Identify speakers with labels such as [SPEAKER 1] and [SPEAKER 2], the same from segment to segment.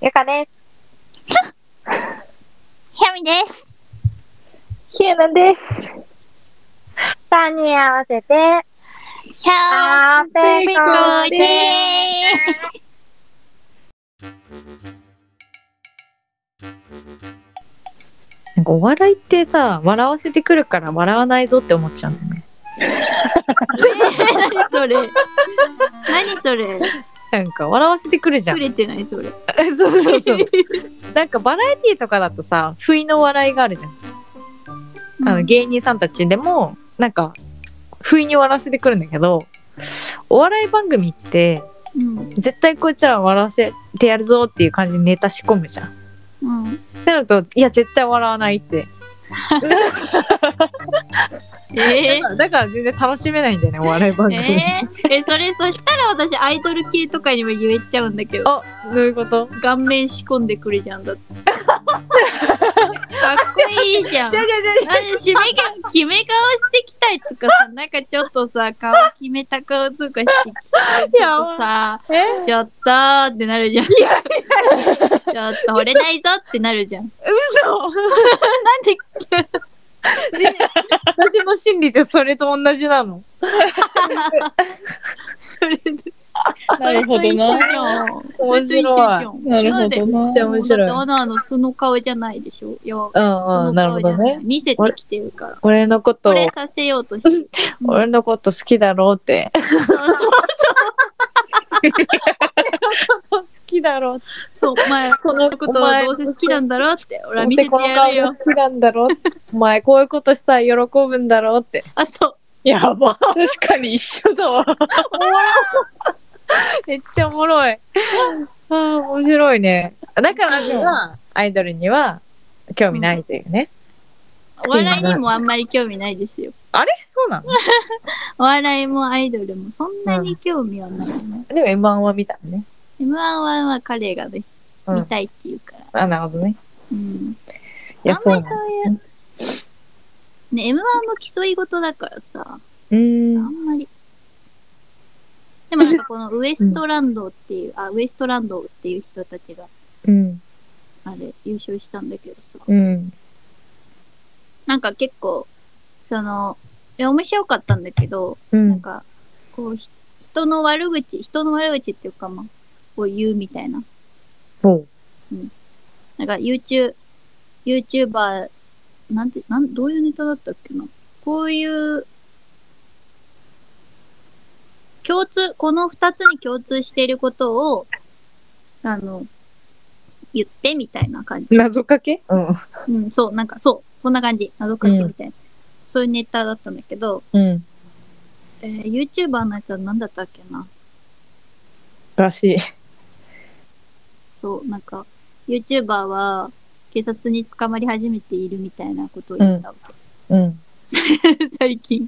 [SPEAKER 1] ゆかで
[SPEAKER 2] ひやみです。
[SPEAKER 1] す。ひゅーのです。3人合わせて、
[SPEAKER 2] ひゃ
[SPEAKER 1] あー
[SPEAKER 2] ー
[SPEAKER 1] ぺ
[SPEAKER 2] ぺ
[SPEAKER 1] こ
[SPEAKER 2] こ
[SPEAKER 1] で
[SPEAKER 2] でー
[SPEAKER 3] なんかお笑いってさ笑わせてくるから笑わないぞって思っちゃうんだよね
[SPEAKER 2] 何それ何それ
[SPEAKER 3] なんか笑わせてくるじゃ
[SPEAKER 2] く
[SPEAKER 3] ん
[SPEAKER 2] れてないそれ。
[SPEAKER 3] そうそうそう なんかバラエティとかだとさ不意の笑いがあるじゃん、あの芸人さんたちでもなんか不意に笑わせてくるんだけどお笑い番組って
[SPEAKER 2] うん
[SPEAKER 3] 絶対こいつら笑わせてやるぞっていう感じにネタ仕込むじゃん
[SPEAKER 2] うん
[SPEAKER 3] ってなるといや絶対笑わないって
[SPEAKER 2] え
[SPEAKER 3] だから全然楽しめないんだよねお笑い番
[SPEAKER 2] ー、
[SPEAKER 3] 組、
[SPEAKER 2] えー、え、それそしたら私アイドル系とかにも言えちゃうんだけど、
[SPEAKER 3] あどういうこと
[SPEAKER 2] 顔面仕込んでくるじゃんだ って。かっこいいじゃん。
[SPEAKER 3] じゃじゃじゃ
[SPEAKER 2] なんで締め顔、決め顔してきたりとかさ、なんかちょっとさ、顔決めた顔とかしてきたりちょっとさ、
[SPEAKER 3] え
[SPEAKER 2] ちょっとーってなるじゃん。ちょっと惚れないぞってなるじゃん。なん
[SPEAKER 3] 嘘
[SPEAKER 2] で、
[SPEAKER 3] 私の心理ってそれと同じなの。
[SPEAKER 2] それです。
[SPEAKER 4] なるほどな。
[SPEAKER 2] それと一緒じゃん。それと一緒じゃん
[SPEAKER 4] なるほどな。
[SPEAKER 3] じゃあ面白
[SPEAKER 2] だっ
[SPEAKER 3] い
[SPEAKER 2] てあの、あの、素の顔じゃないでしょ。いや、
[SPEAKER 3] うん
[SPEAKER 2] 素の顔
[SPEAKER 3] うん、なるほど
[SPEAKER 2] じゃない
[SPEAKER 3] ね。
[SPEAKER 2] 見せてきてるから。
[SPEAKER 3] 俺のこと
[SPEAKER 2] 惚、れさせようとしてる。
[SPEAKER 3] 俺のこと好きだろうって。
[SPEAKER 2] そうそう
[SPEAKER 3] 好きだろうって。
[SPEAKER 2] そう、お前、こ
[SPEAKER 3] この
[SPEAKER 2] のことをどうせ好きなんだろうって、俺は見せて
[SPEAKER 3] この
[SPEAKER 2] や
[SPEAKER 3] 顔
[SPEAKER 2] るよ
[SPEAKER 3] が。好きなんだろうって。お前、こういうことしたら喜ぶんだろうって。
[SPEAKER 2] あ、そう。
[SPEAKER 3] やば。
[SPEAKER 4] 確かに一緒だわ。
[SPEAKER 3] めっちゃおもろい。ああ、面白いね。だから私は、アイドルには興味ないというね。
[SPEAKER 2] お笑いにもあんまり興味ないですよ。
[SPEAKER 3] あれそうなの
[SPEAKER 2] お笑いもアイドルもそんなに興味はない、ね
[SPEAKER 3] でも M1 は見たのね。
[SPEAKER 2] M1 はまあ彼がね、
[SPEAKER 3] うん
[SPEAKER 2] 見たいっていうから。
[SPEAKER 3] あ、なるほどね。
[SPEAKER 2] うん。
[SPEAKER 3] いや、
[SPEAKER 2] あん
[SPEAKER 3] そ
[SPEAKER 2] ま
[SPEAKER 3] うな
[SPEAKER 2] り
[SPEAKER 3] の。
[SPEAKER 2] そういう。ね、M1 も競い事だからさ、
[SPEAKER 3] う
[SPEAKER 2] あ
[SPEAKER 3] ーん。
[SPEAKER 2] んまり。でもなん かこのウエストランドっていう、あ、ウエストランドっていう人たちが、
[SPEAKER 3] うん。
[SPEAKER 2] あれ、優勝したんだけどさ、
[SPEAKER 3] うん。
[SPEAKER 2] なんか結構、その、いや面白かったんだけど、
[SPEAKER 3] う
[SPEAKER 2] なん
[SPEAKER 3] ん。
[SPEAKER 2] か、こう、ひ人の悪口、人の悪口っていうか、まあ、こう言うみたいな。
[SPEAKER 3] そう。
[SPEAKER 2] なんか、YouTube、YouTuber、なんて、なん、どういうネタだったっけな。こういう、共通、この二つに共通していることを、あの、言ってみたいな感じ。
[SPEAKER 3] 謎かけうん。
[SPEAKER 2] うん、そう、なんか、そう、そんな感じ。謎かけみたいな。そういうネタだったんだけど、
[SPEAKER 3] うん。
[SPEAKER 2] えー、YouTuber のやつは何だったっけな。
[SPEAKER 3] らしい。
[SPEAKER 2] そう、なんか、YouTuber は警察に捕まり始めているみたいなことを言ったわ
[SPEAKER 3] うん。
[SPEAKER 2] け。 最近。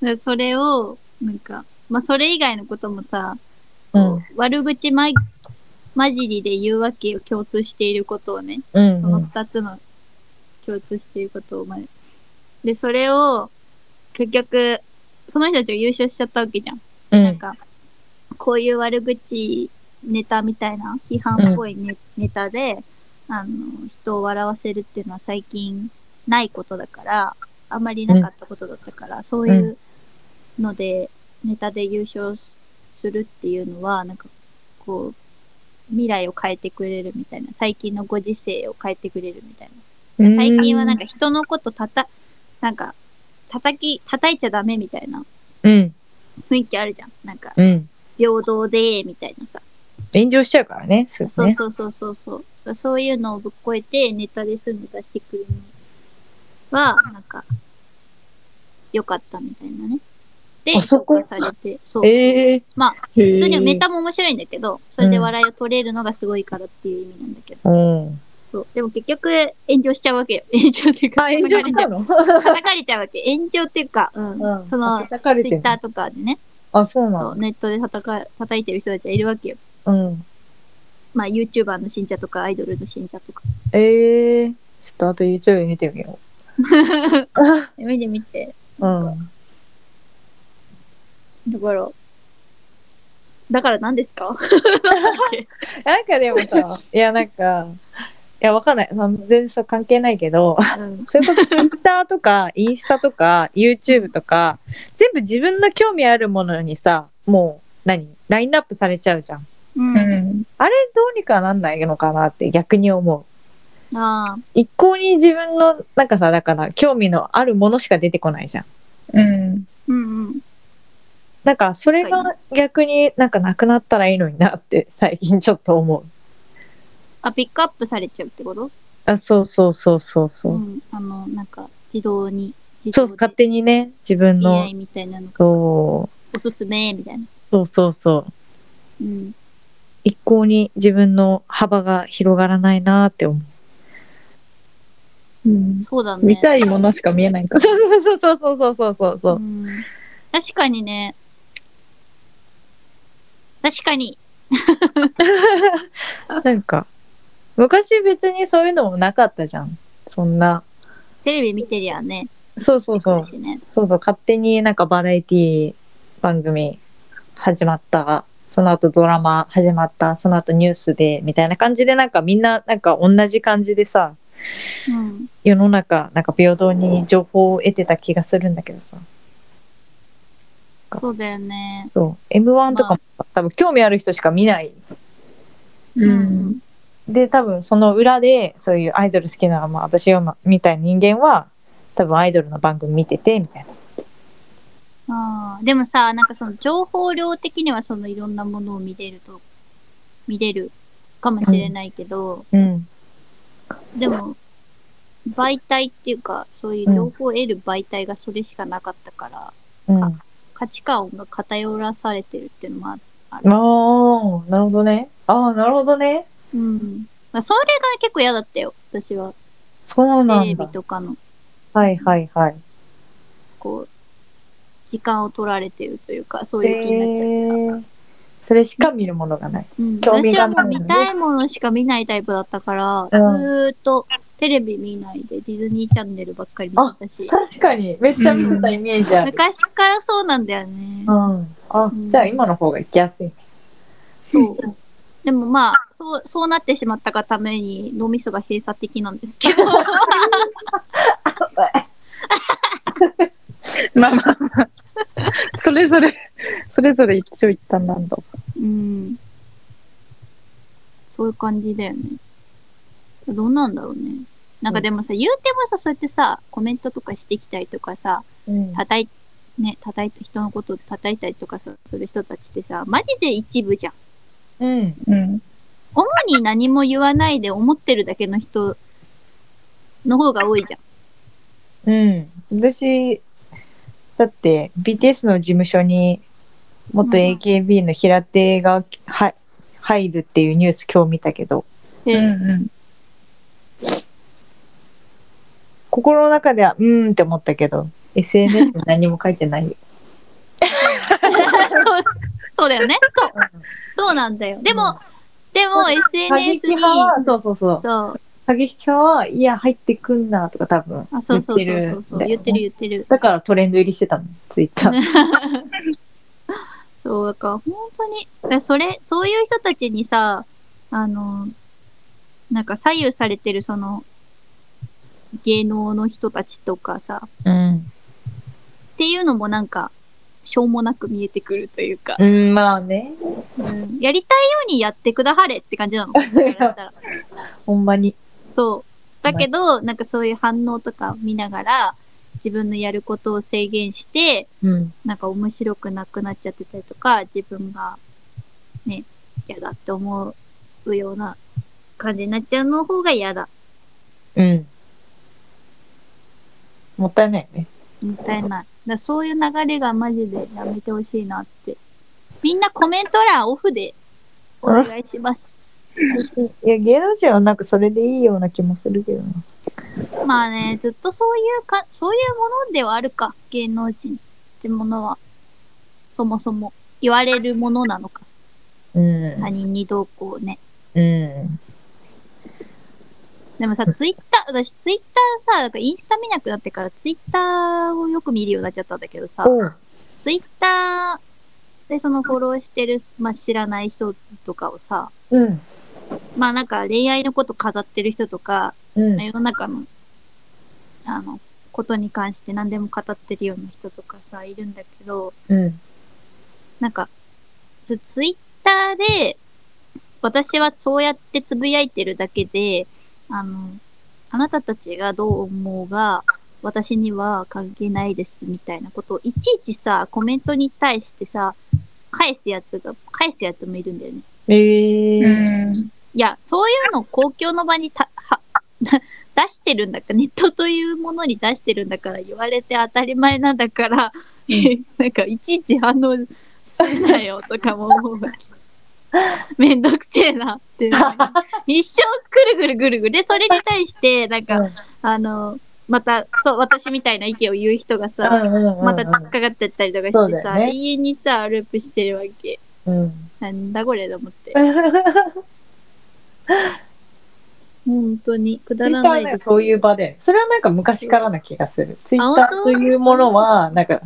[SPEAKER 2] でそれを、なんか、まあ、それ以外のこともさ、
[SPEAKER 3] うん。
[SPEAKER 2] 悪口ま、混じりで言うわけよ、共通していることをね。
[SPEAKER 3] う
[SPEAKER 2] その
[SPEAKER 3] ん。
[SPEAKER 2] 二つの共通していることを、まあで、それを、結局、その人たちが優勝しちゃったわけじゃん。
[SPEAKER 3] う
[SPEAKER 2] なん
[SPEAKER 3] ん。
[SPEAKER 2] か、こういう悪口ネタみたいな、批判っぽいネ,、ネタで、あの、人を笑わせるっていうのは最近ないことだから、あんまりなかったことだったから、そういうので、ネタで優勝するっていうのは、なんか、こう、未来を変えてくれるみたいな、最近のご時世を変えてくれるみたいな。最近はなん
[SPEAKER 3] か、
[SPEAKER 2] か人のことたた、なんか、叩き、叩いちゃダメみたいな
[SPEAKER 3] うん。
[SPEAKER 2] 雰囲気あるじゃん。なんか、
[SPEAKER 3] うん。
[SPEAKER 2] 平等で、みたいなさ。
[SPEAKER 3] 炎上しちゃうからね、すぐ
[SPEAKER 2] そう
[SPEAKER 3] ね。
[SPEAKER 2] そうそうそうそう。そういうのをぶっこえて、ネタですんで出してくるのは、なんか、良かったみたいなね。で、
[SPEAKER 3] あそこ
[SPEAKER 2] 評価されて、そう。
[SPEAKER 3] ええ。
[SPEAKER 4] 普
[SPEAKER 2] 普通にネタも面白いんだけど、それで笑いを取れるのがすごいからっていう意味なんだけど。
[SPEAKER 3] うん。
[SPEAKER 2] そう。でも結局、炎上しちゃうわけよ。 炎上っていうか、
[SPEAKER 3] あ、炎上したの
[SPEAKER 2] 叩かれちゃうわけ。炎上っていうか、うん。その、
[SPEAKER 3] 叩かれ
[SPEAKER 2] ツイ
[SPEAKER 3] て
[SPEAKER 2] ッ
[SPEAKER 3] る
[SPEAKER 2] タ。ーとかでね、
[SPEAKER 3] あ、そうな
[SPEAKER 2] そう
[SPEAKER 3] の
[SPEAKER 2] ネットで叩か、叩いてる人たちはいるわけよ。
[SPEAKER 3] うん。
[SPEAKER 2] まあ、YouTuber の信者とか、アイドルの信者とか。
[SPEAKER 3] ええ。ちょっと後 YouTube で見てみよ
[SPEAKER 2] 見て見 て。
[SPEAKER 3] う。うん。
[SPEAKER 2] だから、だから何ですか
[SPEAKER 3] なんかでもさ、 いやなんか、いやわかんない。あの全然そう関係ないけど、
[SPEAKER 2] うん
[SPEAKER 3] それこそ Twitter とかインスタとか YouTube とか、全部自分の興味あるものにさ、もう何ラインナップされちゃうじゃん。
[SPEAKER 2] うん
[SPEAKER 4] うん。
[SPEAKER 3] あれどうにかなんないのかなって逆に思
[SPEAKER 2] あ
[SPEAKER 3] う。一向に自分の、なんかさ、だから興味のあるものしか出てこないじゃん。
[SPEAKER 4] うん。
[SPEAKER 2] ーうんうん
[SPEAKER 3] なんかそれ
[SPEAKER 2] は
[SPEAKER 3] が逆になんかなくなったらいいのになって最近ちょっと思う。
[SPEAKER 2] あピックアップされちゃうってこと
[SPEAKER 3] あ、そうそうそうそうそうう。
[SPEAKER 2] んあのなんか自動に
[SPEAKER 3] そう、
[SPEAKER 2] 自動
[SPEAKER 3] 勝
[SPEAKER 2] で
[SPEAKER 3] 手にね、自分の
[SPEAKER 2] AI、みたいなのが
[SPEAKER 3] そう、
[SPEAKER 2] おすすめみたいな
[SPEAKER 3] そうそうそう。
[SPEAKER 2] うん
[SPEAKER 3] 一向に自分の幅が広がらないなって思
[SPEAKER 4] うん。
[SPEAKER 2] そうだね
[SPEAKER 4] 見たいものしか見えないか
[SPEAKER 3] う。
[SPEAKER 4] ら。
[SPEAKER 3] そうそうそうそうそうそうそうそうう。
[SPEAKER 2] ん、確かにね確かに
[SPEAKER 3] なんか、昔別にそういうのもなかったじゃん。そんな。
[SPEAKER 2] テレビ見てりゃね
[SPEAKER 3] そうそうそう
[SPEAKER 2] 出。てくるしね
[SPEAKER 3] そうそう、勝手になんかバラエティ番組始まった、その後ドラマ始まった、その後ニュースで、みたいな感じでなんかみんななんか同じ感じでさ、
[SPEAKER 2] うん
[SPEAKER 3] 世の中なんか平等に情報を得てた気がするんだけどさ。
[SPEAKER 2] そうだよね
[SPEAKER 3] そう。M1 とかも多分興味ある人しか見ない。
[SPEAKER 4] うん。
[SPEAKER 3] で、多分その裏でそういうアイドル好きな、まあ私はまみたいな人間は、多分アイドルの番組見てて、みたいな。
[SPEAKER 2] あーでもさ、なんかその情報量的にはそのいろんなものを見れると、見れるかもしれないけど、
[SPEAKER 3] うん。
[SPEAKER 2] でも、媒体っていうか、そういう情報を得る媒体がそれしかなかったから、
[SPEAKER 3] うん。
[SPEAKER 2] あ
[SPEAKER 3] あ
[SPEAKER 2] 価値観が偏らされてるっていうのもああ
[SPEAKER 3] あ
[SPEAKER 2] る。
[SPEAKER 3] ー、なるほどね。ああ、なるほどね。
[SPEAKER 2] うん。まあ、それが結構嫌だったよ、私は。
[SPEAKER 3] そうな
[SPEAKER 2] テレ
[SPEAKER 3] ん
[SPEAKER 2] ビ
[SPEAKER 3] だ。
[SPEAKER 2] とかの、
[SPEAKER 3] はいはいはい。
[SPEAKER 2] こう、時間を取られてるというか、そういう気になっちゃう。
[SPEAKER 3] へーそれしか見るものがない。
[SPEAKER 2] うん、
[SPEAKER 3] 興味
[SPEAKER 2] 私
[SPEAKER 3] が
[SPEAKER 2] は
[SPEAKER 3] な
[SPEAKER 2] も
[SPEAKER 3] いう
[SPEAKER 2] 見たいものしか見ないタイプだったから、ず
[SPEAKER 3] うん
[SPEAKER 2] ーっとテレビ見ないでディズニーチャンネルばっかり見てたし、
[SPEAKER 3] 確かに、めっちゃ見てたイメージある。
[SPEAKER 2] 昔からそうなんだよね
[SPEAKER 3] う。ん。あ、じゃあ今の方が行きやすい。
[SPEAKER 2] そう。でもまあ、そう、そうなってしまったがために脳みそが閉鎖的なんです けど、
[SPEAKER 4] まあまあまあ。それぞれ、それぞれ一長一短なんだ。
[SPEAKER 2] うん。そういう感じだよね。どうなんだろうね。なんかでもさ、言うてもさ、そうやってさ、コメントとかしてきたりとかさ、
[SPEAKER 3] うん
[SPEAKER 2] 叩い、ね、叩いた、人のことを叩いたりとかさする人たちってさ、マジで一部じゃん。
[SPEAKER 3] うん。
[SPEAKER 4] うん。
[SPEAKER 2] 主に何も言わないで思ってるだけの人の方が多いじゃん。
[SPEAKER 3] うん。私、だって BTS の事務所に元 AKB の平手がは入るっていうニュース今日見たけど、
[SPEAKER 4] うん
[SPEAKER 2] で
[SPEAKER 4] うん。
[SPEAKER 3] 心の中ではうーんって思ったけど、SNS に何も書いて ないよ。
[SPEAKER 2] そうそうだよね。そう。そうなんだよ。でも、でも SNS
[SPEAKER 3] 過激
[SPEAKER 2] に、
[SPEAKER 3] 派は、そうそうそう。
[SPEAKER 2] そう。
[SPEAKER 3] 過激派は、いや、入ってくんなとか多分
[SPEAKER 2] あ、そう
[SPEAKER 3] 言っ
[SPEAKER 2] そう
[SPEAKER 3] て
[SPEAKER 2] そう
[SPEAKER 3] る
[SPEAKER 2] そうんそう。
[SPEAKER 3] だよね
[SPEAKER 2] 言ってる言ってる。
[SPEAKER 3] だからトレンド入りしてたの、ツイッター。
[SPEAKER 2] そう、だから本当に、だからそれ、そういう人たちにさ、あの、なんか左右されてるその、芸能の人たちとかさ、
[SPEAKER 3] うん。
[SPEAKER 2] っていうのもなんか、しょうもなく見えてくるというか、
[SPEAKER 3] うん、まあね。
[SPEAKER 2] うんやりたいようにやってくだはれって感じ なの。
[SPEAKER 3] ほんまに。
[SPEAKER 2] そう。だけど、なんかそういう反応とか見ながら、自分のやることを制限して、
[SPEAKER 3] うん。
[SPEAKER 2] なんか面白くなくなっちゃってたりとか、自分が、ね、嫌だって思うような感じになっちゃうの方が嫌だ。
[SPEAKER 3] うん。もったいないよね。
[SPEAKER 2] もったいない。だからそういう流れがマジでやめてほしいなって。みんなコメント欄オフでお願いします。
[SPEAKER 3] いや、芸能人はなんかそれでいいような気もするけどな。
[SPEAKER 2] まあね、ずっとそういうか、そういうものではあるか、芸能人ってものは。そもそも言われるものなのか、
[SPEAKER 3] うん。
[SPEAKER 2] 他人にどうこうね。
[SPEAKER 3] うん。
[SPEAKER 2] でもさ、ツイッ ター、私ツイッターさ、なんかインスタ見なくなってからツイッターをよく見るようになっちゃったんだけどさ、
[SPEAKER 3] おう
[SPEAKER 2] ツイッターで、そのフォローしてる、まあ、知らない人とかをさ、
[SPEAKER 3] うん。
[SPEAKER 2] まあなんか恋愛のこと飾ってる人とか、
[SPEAKER 3] うん。
[SPEAKER 2] 世の中の、あの、ことに関して何でも語ってるような人とかさ、いるんだけど、
[SPEAKER 3] うん。
[SPEAKER 2] なんか、ツツイッターで、私はそうやってつぶやいてるだけで、あの、あなたたちがどう思うが、私には関係ないです、みたいなことを、いちいちさ、コメントに対してさ、返すやつが、返すやつもいるんだよね。
[SPEAKER 3] え ー。
[SPEAKER 4] ん。
[SPEAKER 2] いや、そういうのを公共の場にた、は、 な出してるんだから、ネットというものに出してるんだから、言われて当たり前なんだから、 なんか、いちいち反応すんなよとかも思うわけ。 めんどくせえなって。一生ぐるぐるぐるぐる。で、それに対して、なんか、
[SPEAKER 3] うん
[SPEAKER 2] あの、また、そう、私みたいな意見を言う人がさ、また突っかかってったりとか
[SPEAKER 3] そう
[SPEAKER 2] し
[SPEAKER 3] だ
[SPEAKER 2] て
[SPEAKER 3] よ
[SPEAKER 2] さ、
[SPEAKER 3] ね
[SPEAKER 2] 永遠にさ、ループしてるわけ。
[SPEAKER 3] うん。
[SPEAKER 2] なんだこれと思って。本当に、くだ
[SPEAKER 3] ツイ
[SPEAKER 2] ら
[SPEAKER 3] ッタ
[SPEAKER 2] ない
[SPEAKER 3] ー
[SPEAKER 2] で
[SPEAKER 3] ね、
[SPEAKER 2] す。
[SPEAKER 3] そういう場で。それはなんか昔からな気がする。ツイッタ
[SPEAKER 2] 本当
[SPEAKER 3] ーというものは、なんか、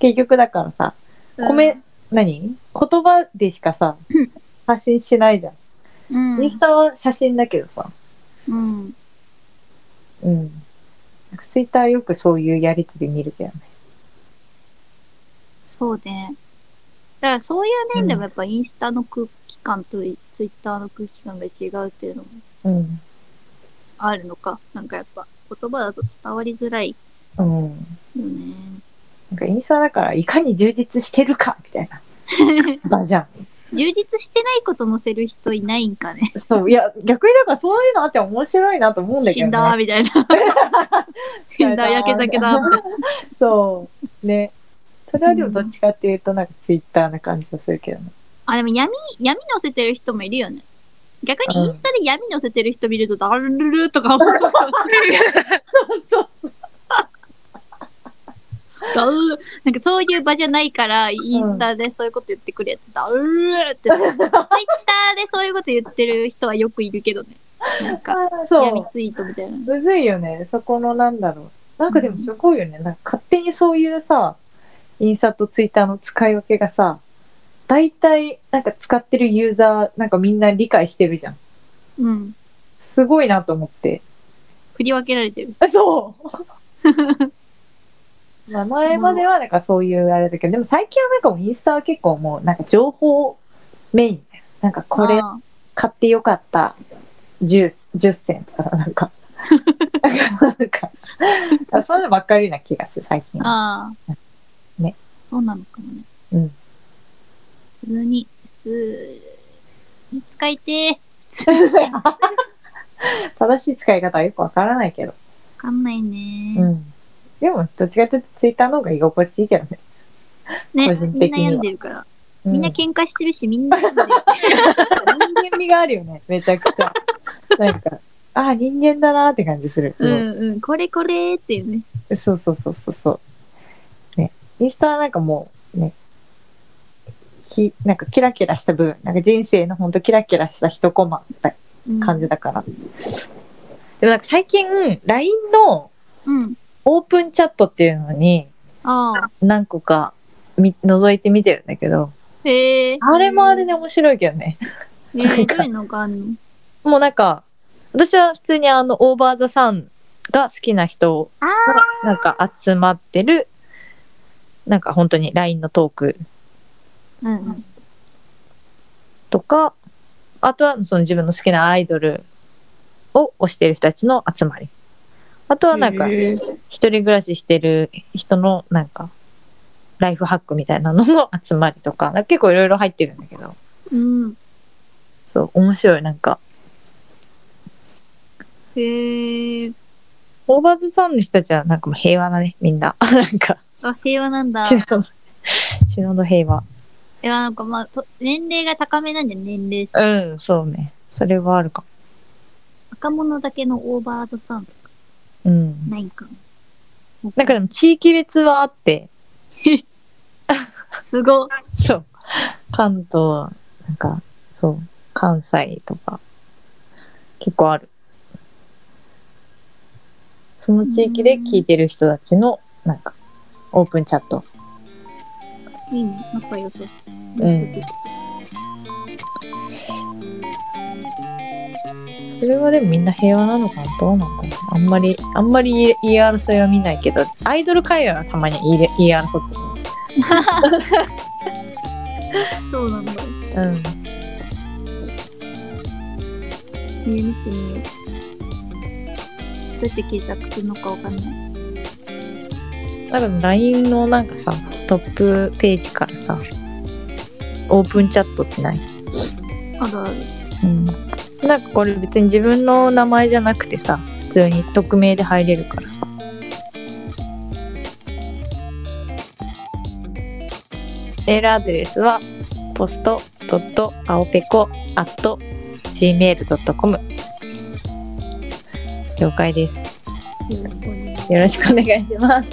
[SPEAKER 3] 結局だからさ、
[SPEAKER 2] うん
[SPEAKER 3] コメ、何言葉でしかさ、発信しないじゃん。
[SPEAKER 2] うん
[SPEAKER 3] インスタは写真だけどさ、
[SPEAKER 2] うん。
[SPEAKER 3] うん。なんかツイッターよくそういうやりとり見るけどね。
[SPEAKER 2] そうね。だからそういう面でもやっぱインスタの空気感とツイッターの空気感が違うっていうのも
[SPEAKER 3] うん。
[SPEAKER 2] あるのか。なんかやっぱ言葉だと伝わりづらい
[SPEAKER 3] うん。
[SPEAKER 2] よね。
[SPEAKER 3] なんかインスタだから、いかに充実してるか、みたい な。場じゃん。
[SPEAKER 2] 充実してないこと載せる人いないんかね。
[SPEAKER 3] そう、いや、逆にだからそういうのあって面白いなと思うんだけ
[SPEAKER 2] 死
[SPEAKER 3] ど、ね。
[SPEAKER 2] んだーみたいな。 死んだー焼け酒だー。
[SPEAKER 3] そう。ね。それはでもどっちかっていうと、なんかツイッターな感じがするけどね。
[SPEAKER 2] あ、でも闇、闇載せてる人もいるよね。逆にインスタで闇載せてる人見ると、だるるるとか思う。
[SPEAKER 3] そうそうそう。
[SPEAKER 2] だうーなんかそういう場じゃないから、インスタでそういうこと言ってくるやつ、だうーって。ツイッターでそういうこと言ってる人はよくいるけどね。なんか、
[SPEAKER 3] そう
[SPEAKER 2] 闇。ツイートみたいな。
[SPEAKER 3] むずいよね。そこのなんだろう。なんかでもすごいよね。なんか勝手にそういうさ、インスタとツイッターの使い分けがさ、大体なんか使ってるユーザー、なんかみんな理解してるじゃん。
[SPEAKER 2] うん。
[SPEAKER 3] すごいなと思って。
[SPEAKER 2] 振り分けられてる。
[SPEAKER 3] そう。 まあ前まではなんかそういうあれだけど、でも最近はなんかもうインスタは結構もうなんか情報メインだよなんかこれ
[SPEAKER 2] あ
[SPEAKER 3] 買ってよかったジュース、10選とかなんか。なんか、そういうのばっかりな気がする、最近
[SPEAKER 2] ー。あー。
[SPEAKER 3] ね。
[SPEAKER 2] そうなのかもね。
[SPEAKER 3] うん。
[SPEAKER 2] 普通に、普通に使いてー。
[SPEAKER 3] 正しい使い方はよくわからないけど。
[SPEAKER 2] わかんないね
[SPEAKER 3] う。ん。でも、どっちかというとツイッターの方が居心地いいけどね。
[SPEAKER 2] ね、
[SPEAKER 3] 個
[SPEAKER 2] み
[SPEAKER 3] 人
[SPEAKER 2] ん
[SPEAKER 3] 的には
[SPEAKER 2] な病んでるから。
[SPEAKER 3] う
[SPEAKER 2] みんな喧嘩してるし、みんな病んでる。
[SPEAKER 3] 人間味があるよね、めちゃくちゃ。なんか、ああ、人間だなーって感じする。す
[SPEAKER 2] う
[SPEAKER 3] ごい
[SPEAKER 2] んうん。これこれーっていうね。
[SPEAKER 3] そうそうそうそうそう。ね。インスタはなんかもう、ね。き、なんかキラキラした部分。なんか人生のほんとキラキラした一コマみたい
[SPEAKER 2] うん
[SPEAKER 3] な感じだから。でもなんか最近、LINE の
[SPEAKER 2] うん。
[SPEAKER 3] オープンチャットっていうのに
[SPEAKER 2] ああ。
[SPEAKER 3] 何個かみ覗いてみてるんだけど、
[SPEAKER 2] へえ。
[SPEAKER 3] あれもあれで面白いけどね。
[SPEAKER 2] えー、どういうのがあんの
[SPEAKER 3] もうなんか、私は普通にあの、オーバーザサンが好きな人
[SPEAKER 2] あ
[SPEAKER 3] が、なんか集まってる、なんか本当に LINE のトーク
[SPEAKER 2] うんうん。
[SPEAKER 3] とか、あとはその自分の好きなアイドルを推してる人たちの集まり。あとはなんか、
[SPEAKER 4] へ
[SPEAKER 3] 一人暮らししてる人のなんか、ライフハックみたいなのの集まりとか、なんか結構いろいろ入ってるんだけど、
[SPEAKER 2] うん。
[SPEAKER 3] そう、面白い。なんか、
[SPEAKER 2] へえ。
[SPEAKER 3] オーバーズさんの人たちはなんかもう平和だね、みんな。 なんか、
[SPEAKER 2] あ、平和なんだ。
[SPEAKER 3] 死
[SPEAKER 2] い
[SPEAKER 3] ぬの、死ぬの平和。
[SPEAKER 2] や、なんかまあ、と年齢が高めなんで年齢層。
[SPEAKER 3] うん、そうね。それはあるか
[SPEAKER 2] 若者だけのオーバードサウンド
[SPEAKER 3] も。うん。
[SPEAKER 2] ないんか。
[SPEAKER 3] なんかでも地域別はあって、
[SPEAKER 2] すごっ。
[SPEAKER 3] そう。関東、なんか、そう、関西とか、結構ある。その地域で聞いてる人たちの、なんか、オープンチャット。
[SPEAKER 2] いいね、仲良さそう。
[SPEAKER 3] うんそれはでもみんな平和なのかなどうなんだろうあんまりあんまり言い言い争いは見ないけどアイドル界隈はたまに言いれ言い争って
[SPEAKER 2] そうなんだ。
[SPEAKER 3] るうん
[SPEAKER 2] えー見てみよう。どうやって検索するのかわかんない。
[SPEAKER 3] なんか LINE のなんかさトップページからさオープンチャットってない、
[SPEAKER 2] あるある。
[SPEAKER 3] うん、なんかこれ別に自分の名前じゃなくてさ普通に匿名で入れるからさメールアドレスはポスト .aopeco.gmail.com 了解です
[SPEAKER 2] よろしくお願いします
[SPEAKER 3] よろしくお願いします